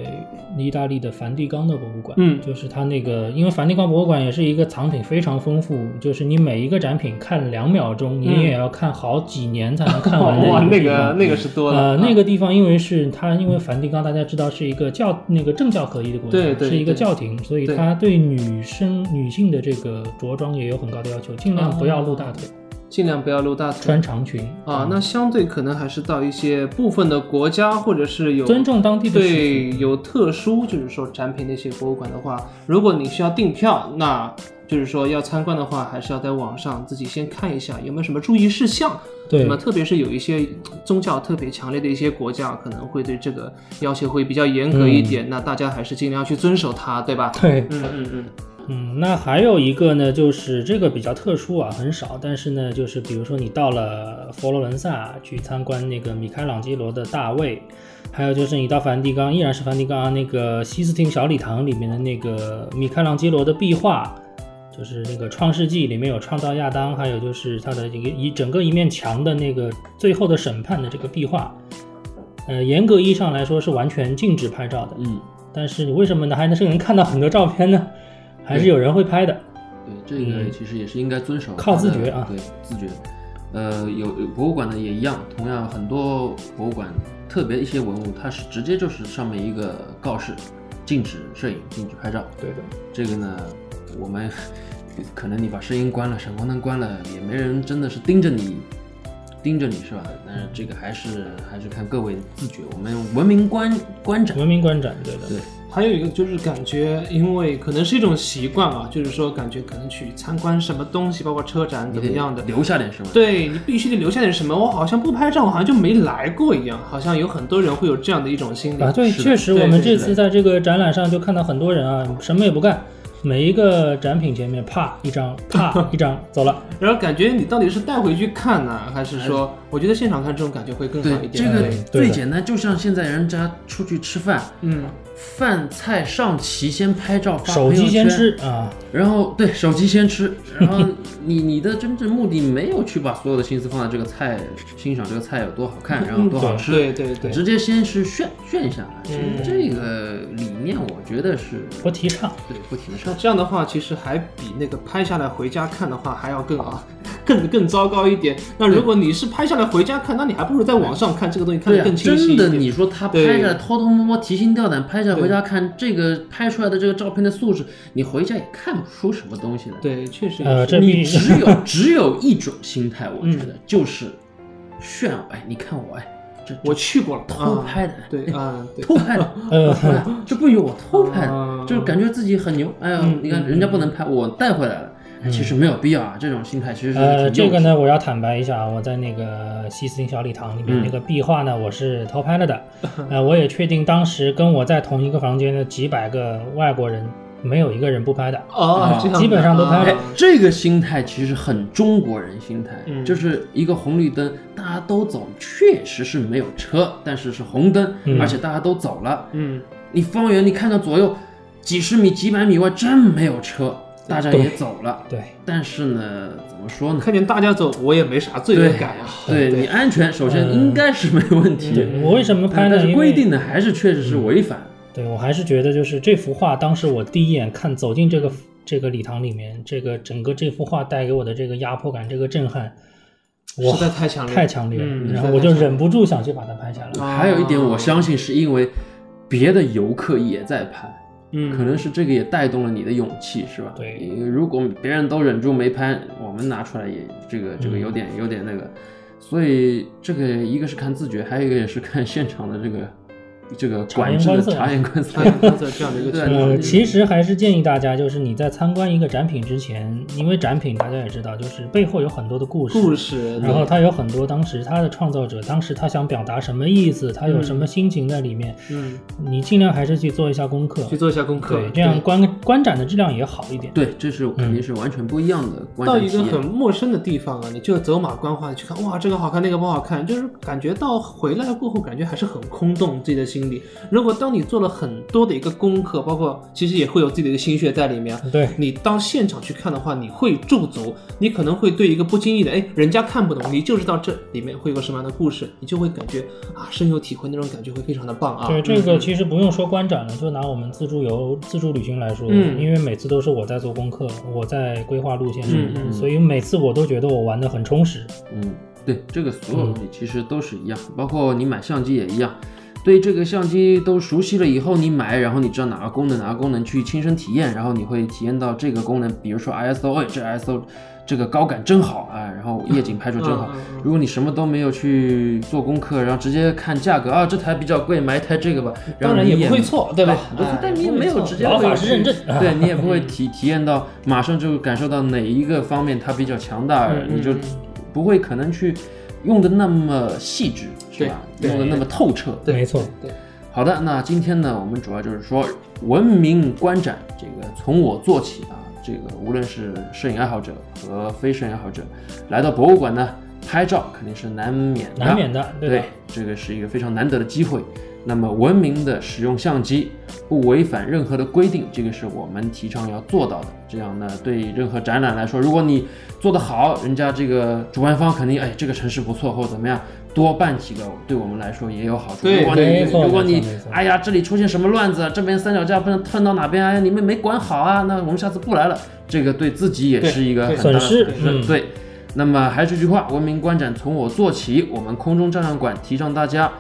F: 意大利的梵蒂冈的博物馆，
E: 嗯
F: 就是它那个，因为梵蒂冈博物馆也是一个藏品非常丰富，就是你每一个展品看两秒钟，你
E: 嗯
F: 也要看好几年才能
E: 嗯
F: 看
E: (laughs)
F: 完
E: 嗯
F: 的一
E: 哇，那
F: 地
E: 个
F: 方
E: 那个是多了，啊
F: 呃，那个地方因为是它，因为梵蒂冈大家知道是一个教那个政教合一的国家，
E: 对对
F: 是一
E: 对
F: 个教廷，所以
E: 对
F: 它对女生女性的这个着装也有很高的要求，尽量不要露大腿，
E: 尽量不要露大腿
F: 穿长裙
E: 啊，那相对可能还是到一些部分的国家或者是有
F: 尊重当地的习
E: 对
F: 俗。
E: 有特殊就是说展品的一些博物馆的话，如果你需要订票，那就是说要参观的话，还是要在网上自己先看一下有没有什么注意事项。
F: 对
E: 那么特别是有一些宗教特别强烈的一些国家，可能会对这个要求会比较严格一点，那大家还是尽量去遵守它，对吧？
F: 对，
E: 嗯嗯嗯，
F: 嗯，那还有一个呢，就是这个比较特殊啊，很少，但是呢，就是比如说你到了佛罗伦萨去参观那个米开朗基罗的《大卫》，还有就是你到梵蒂冈，依然是梵蒂冈啊那个西斯廷小礼堂里面的那个米开朗基罗的壁画，就是那个《创世纪》里面有创造亚当，还有就是他的一个一整个一面墙的那个最后的审判的这个壁画，呃，严格意义上来说是完全禁止拍照的，
D: 嗯，
F: 但是你为什么呢还能是能看到很多照片呢？还是有人会拍的。
D: 对，这个
F: 嗯
D: 其实也是应该遵守它的，
F: 靠自觉啊
D: 对，自觉。呃，有有博物馆呢也一样，同样很多博物馆，特别一些文物，它是直接就是上面一个告示，禁止摄影，禁止拍照。
F: 对的，
D: 这个呢，我们 (laughs) 可能你把声音关了，闪光灯关了，也没人真的是盯着你，盯着你是吧？但是这个还是还是看各位自觉，我们文明观观展。
F: 文明观展，对的。
D: 对
E: 还有一个就是感觉，因为可能是一种习惯啊，就是说感觉可能去参观什么东西，包括车展
D: 你
E: 怎
D: 得
E: 么样的，
D: 留下点什么？
E: 对你必须得留下点什么，我好像不拍照，我好像就没来过一样，好像有很多人会有这样的一种心理。
F: 啊，对，
D: 是的
F: 确实，
E: 对
F: 我们
E: 对
F: 这次在这个展览上就看到很多人啊，什么也不干，每一个展品前面啪
D: (laughs)
F: 一张，啪一张，走了。
E: 然后感觉你到底是带回去看呢、还是说，我觉得现场看这种感觉会更好一
D: 对，
E: 点。
D: 这个
E: 对
D: 最简单，就像现在人家出去吃饭，
E: 嗯，
D: 饭菜上齐，先拍照发
F: 手
D: 朋
F: 机
D: 友
F: 先
D: 圈
F: 吃啊，
D: 然后对手机先吃，
E: (laughs)
D: 然后你你的真正目的没有去把所有的心思放在这个菜欣赏这个菜有多好
E: (laughs)
D: 看，然后多好吃，
E: 对对对，
D: 直接先是炫炫下来。其实
E: 嗯
D: 这个理念我觉得是
F: 不提倡。
D: 对不提
E: 那
D: 倡。
E: 这样的话，其实还比那个拍下来回家看的话还要更啊，更更糟糕一点。那如果你是拍下来回家看，那你还不如在网上看这个东西看
D: 对
E: 得
D: 啊，
E: 更清晰
D: 真
E: 一
D: 的，
E: 点。
D: 你说他
E: 对
D: 拍下来偷偷摸摸、提心吊胆拍下来，
E: 对
D: 回家看这个拍出来的这个照片的素质，你回家也看不出什么东西来。，
E: 对，确实也
F: 呃，
E: 是
F: 这
D: 你
F: 必
D: 只
E: (laughs)
D: 有只有一种心态，我觉得、
E: 嗯
D: 就是炫我，哎，你看我，哎，这
E: 我
D: 这
E: 去过了，
D: 偷
E: 啊
D: 拍的，
E: 对
D: 哎
E: 啊，对，
D: 偷
E: (laughs)
D: 拍的， (laughs)
F: 呃
D: 哎这不由我偷拍的，
E: 啊
D: 就是感觉自己很牛。哎呀，
E: 嗯
D: 你看人家不能拍，我带回来了。哎其实没有必要啊，这种心态其实是
F: 呃，
D: 挺
F: 这
D: 幼
F: 个
D: 稚的
F: 呢，我要坦白一下啊，我在那个西斯廷小礼堂里面
D: 嗯
F: 那个壁画呢，我是偷拍
D: (laughs)
F: 了的。呃，我也确定当时跟我在同一个房间的几百个外国人，没有一个人不拍的。
E: 哦，这样
F: 啊基本上都拍
E: 的
D: 哎
E: 啊，
D: 这个心态其实很中国人心态，
E: 嗯
D: 就是一个红绿灯，大家都走，确实是没有车，但是是红灯，
F: 嗯
D: 而且大家都走了。
E: 嗯，
D: 你方圆你看看左右，几十米、几百米外真没有车，大家也走了。
F: 对，
D: 但是呢，怎么说呢？
E: 看见大家走，我也没啥罪恶感啊。
D: 对你安全，首先
F: 嗯
D: 应该是没问题。
E: 嗯
F: 对我为什么拍
D: 但
F: 呢？
D: 但
F: 因
D: 是规
F: 为
D: 定呢，还是确实是违反。
F: 对我还是觉得，就是这幅画，当时我第一眼看走进这个这个礼堂里面，这个整个这幅画带给我的这个压迫感，这个震撼，哇，
E: 实在太强烈了
F: 太强烈了
E: 嗯
F: 然后我就忍不住想去把它拍下来。
D: 还有一点，我相信是因为别的游客也在拍，
E: 嗯，
D: 可能是这个也带动了你的勇气，是吧？
F: 对
D: 你如果别人都忍住没拍，我们拿出来也这个这个有点有点那个，所以这个一个是看自觉，还有一个也是看现场的这个这个管制的察
F: 察
D: 言
F: 言
D: 观色
E: 他。有 (laughs) 这样的一个
D: (laughs) 对
E: 情
D: 嗯
E: 况
F: 呃，其实还是建议大家，就是你在参观一个展品之前，因为展品大家也知道，就是背后有很多的故事，
E: 故事，
F: 然后它有很多当时它的创造者，当时他想表达什么意思，他有什么心情在里面，
E: 嗯，
F: 你尽量还是去做一下功课，
E: 去做一下功课
F: 对，，这样观观展的质量也好一点。
D: 对，这是肯定是完全不一样的观
E: 到
D: 展
E: 一
D: 体
E: 个很
D: 验。
E: 陌生的地方啊，你就走马观花，你去看，哇，这个好看，那个不好看，就是感觉到回来过后，感觉还是很空洞，自己的心里。如果当你做了很多的一个功课，包括其实也会有自己的一个心血在里面啊。
F: 对，
E: 你到现场去看的话，你会驻足，你可能会对一个不经意的，哎，人家看不懂，你就知道这里面会有个什么样的故事，你就会感觉啊，深有体会，那种感觉会非常的棒啊。
F: 对，这个其实不用说观展了，就拿我们自助游、自助旅行来说，
E: 嗯
F: 因为每次都是我在做功课，我在规划路线什么的，
E: 嗯嗯
F: 所以每次我都觉得我玩的很充实。
D: 嗯，对，这个所有东西
E: 嗯
D: 其实都是一样，包括你买相机也一样。对这个相机都熟悉了以后，你买，然后你知道哪个功能哪个功能去亲身体验，然后你会体验到这个功能，比如说 ISO，哎，这 ISO 这个高感真好啊，然后夜景拍出真好。
E: (laughs) 嗯嗯嗯
D: 如果你什么都没有去做功课，然后直接看价格啊，这台比较贵，买一台这个吧，
E: 当
D: 然后
E: 然
D: 你
E: 也不会错，对吧
D: 哎？不会但你也没有直接
F: 老
D: 会
F: 法师认证
D: (laughs) 对你也不会体体验到，马上就感受到哪一个方面它比较强大，
E: 嗯嗯
D: 你就不会可能去用的那么细致，是吧？
E: 对
D: 用的那么透彻。
E: 对
F: 没错，
D: 好的，那今天呢，我们主要就是说文明观展，这个从我做起啊。这个无论是摄影爱好者和非摄影爱好者，来到博物馆呢，拍照肯定是难免的，
F: 难免的，对
D: 对
F: 吧？，
D: 这个是一个非常难得的机会。那么文明的使用相机，不违反任何的规定，这个是我们提倡要做到的。这样呢，对任何展览来说，如果你做得好，人家这个主办方肯定哎这个城市不错或者怎么样，多办几个对我们来说也有好处。
E: 对
D: 如果你
F: 没错
D: 如果
F: 没
D: 你
F: 错没错
D: 哎呀这里出现什么乱子，这边三脚架不能窜到哪边，哎呀你们没管好啊，那我们下次不来了。这个对自己也
E: 对
D: 是一个
E: 对
D: 很大的
F: 损失嗯
D: 对。那么还是这句话，文明观展从我做起。我们空中照相馆提倡大家，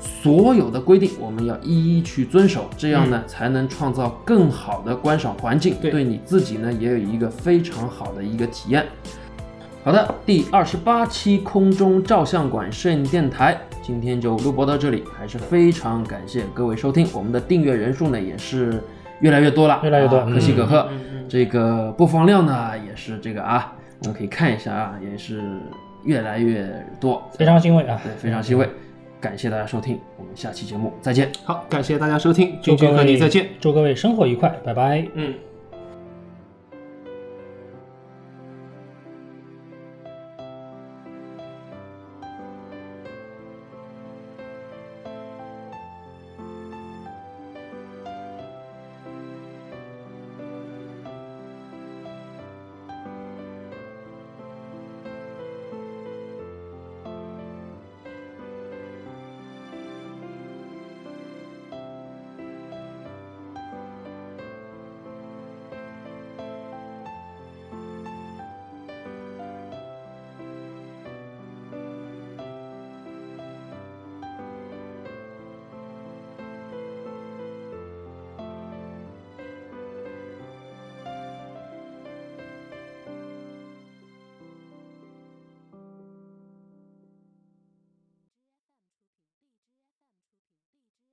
D: 所有的规定我们要一一去遵守，这样呢、才能创造更好的观赏环境，
E: 对
D: 你自己呢也有一个非常好的一个体验。好的，第二十八期空中照相馆摄影电台，今天就录播到这里，还是非常感谢各位收听，我们的订阅人数呢也是越来越多了，
F: 越来越多
D: 啊可喜可贺。
E: 嗯嗯嗯
D: 这个播放量呢也是这个啊，我们可以看一下啊，也是越来越多，
F: 非常欣慰啊！
D: 对，非常欣慰，感谢大家收听，我们下期节目再见。
E: 好，感谢大家收听，君
F: 祝各
E: 君
F: 位
E: 和你再见。
F: 祝各位生活愉快，拜拜。
E: 嗯，